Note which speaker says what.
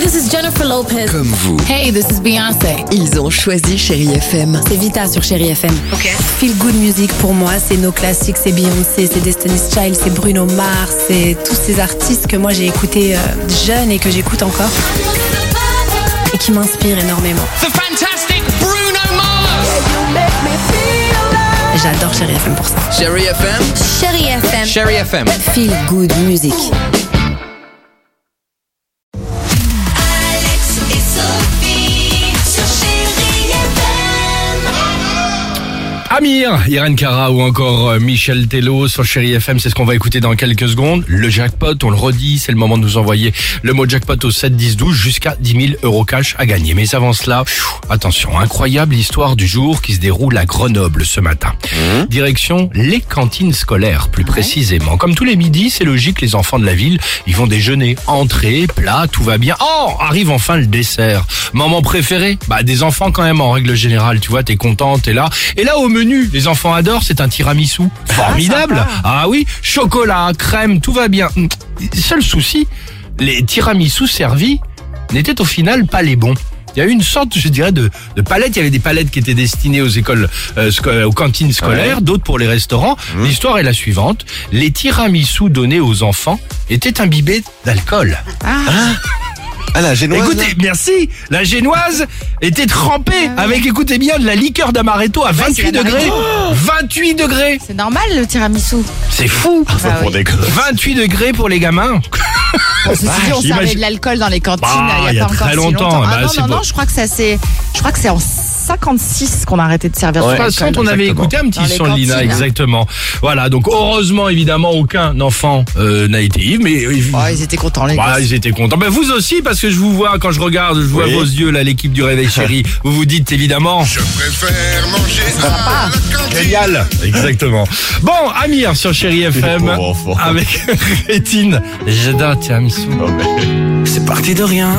Speaker 1: This is Jennifer Lopez.
Speaker 2: Comme vous,
Speaker 1: Hey, this is Beyoncé.
Speaker 3: Ils ont choisi Chérie FM.
Speaker 1: C'est Vita sur Chéri FM.
Speaker 3: Ok.
Speaker 4: Feel Good Music pour moi, c'est nos classiques, c'est Beyoncé, c'est Destiny's Child, c'est Bruno Mars, c'est tous ces artistes que moi j'ai écoutés euh, jeune et que j'écoute encore et qui m'inspirent énormément.
Speaker 5: the fantastic Bruno Mars.
Speaker 4: J'adore Chérie FM pour ça.
Speaker 2: Chérie FM,
Speaker 1: Chéri FM.
Speaker 2: Chérie FM.
Speaker 3: Feel Good Music.
Speaker 6: Alex et Sophie sur Chéri FM.
Speaker 7: Amir, Irene Cara ou encore euh, Michel Tello sur Chéri FM, c'est ce qu'on va écouter dans quelques secondes. Le jackpot, on le redit, c'est le moment de nous envoyer le mot jackpot au 7 10 12 jusqu'à 10 000 euros cash à gagner. Mais avant cela, pfiou, attention, incroyable histoire du jour qui se déroule à Grenoble ce matin. Direction les cantines scolaires, plus précisément. Comme tous les midis, c'est logique, les enfants de la ville, ils vont déjeuner, entrée, plat, tout va bien. Oh, arrive enfin le dessert. Maman préférée Bah des enfants quand même en règle générale, tu vois, t'es contente, t'es là. Et là au menu, les enfants adorent, c'est un tiramisu. Formidable Ah oui, chocolat, crème, tout va bien. Hum, Seul souci, les tiramisus servis n'étaient au final pas les bons. Il y a eu une sorte, je dirais, de, de palette. Il y avait des palettes qui étaient destinées aux écoles, euh, sco- aux cantines scolaires, d'autres pour les restaurants. L'histoire est la suivante. Les tiramisus donnés aux enfants étaient imbibés d'alcool.
Speaker 2: Ah la génoise.
Speaker 7: Écoutez, merci. La génoise était trempée
Speaker 8: Ah
Speaker 7: avec, écoutez bien, de la liqueur d'amaretto à 28 degrés. 28 degrés.
Speaker 8: C'est normal le tiramisu.
Speaker 7: C'est fou.
Speaker 8: Ah oui.
Speaker 7: 28 degrés pour les gamins.
Speaker 8: Ceci dit, on
Speaker 7: j'imagine-
Speaker 8: servait de l'alcool dans les cantines
Speaker 7: Bah,
Speaker 8: il y a, pas
Speaker 7: très
Speaker 8: encore
Speaker 7: longtemps.
Speaker 8: si longtemps.
Speaker 7: Bah,
Speaker 8: Ah,
Speaker 7: c'est
Speaker 8: non, non,
Speaker 7: beau.
Speaker 8: non, je crois que ça c'est, je crois que c'est en 56 qu'on a arrêté de servir. sur
Speaker 7: En 60, on avait écouté un
Speaker 8: Dans
Speaker 7: petit
Speaker 8: les
Speaker 7: son de
Speaker 8: cantines,
Speaker 7: Lina,
Speaker 8: hein.
Speaker 7: exactement. Voilà, donc heureusement, évidemment, aucun enfant euh, n'a été ivre, mais euh,
Speaker 8: Oh, ils étaient contents les
Speaker 7: bah,
Speaker 8: gars.
Speaker 7: ils étaient contents. Bah, vous aussi, parce que je vous vois, quand je regarde, je vois
Speaker 2: Oui.
Speaker 7: vos yeux, là, l'équipe du Réveil Chéri, vous vous dites évidemment...
Speaker 9: Je préfère manger à la cantine.
Speaker 7: Génial Exactement. Bon, Amir sur Chéri FM,
Speaker 2: pauvre enfant.
Speaker 7: avec Rétine. J'adore tiramisu.
Speaker 2: C'est parti de rien.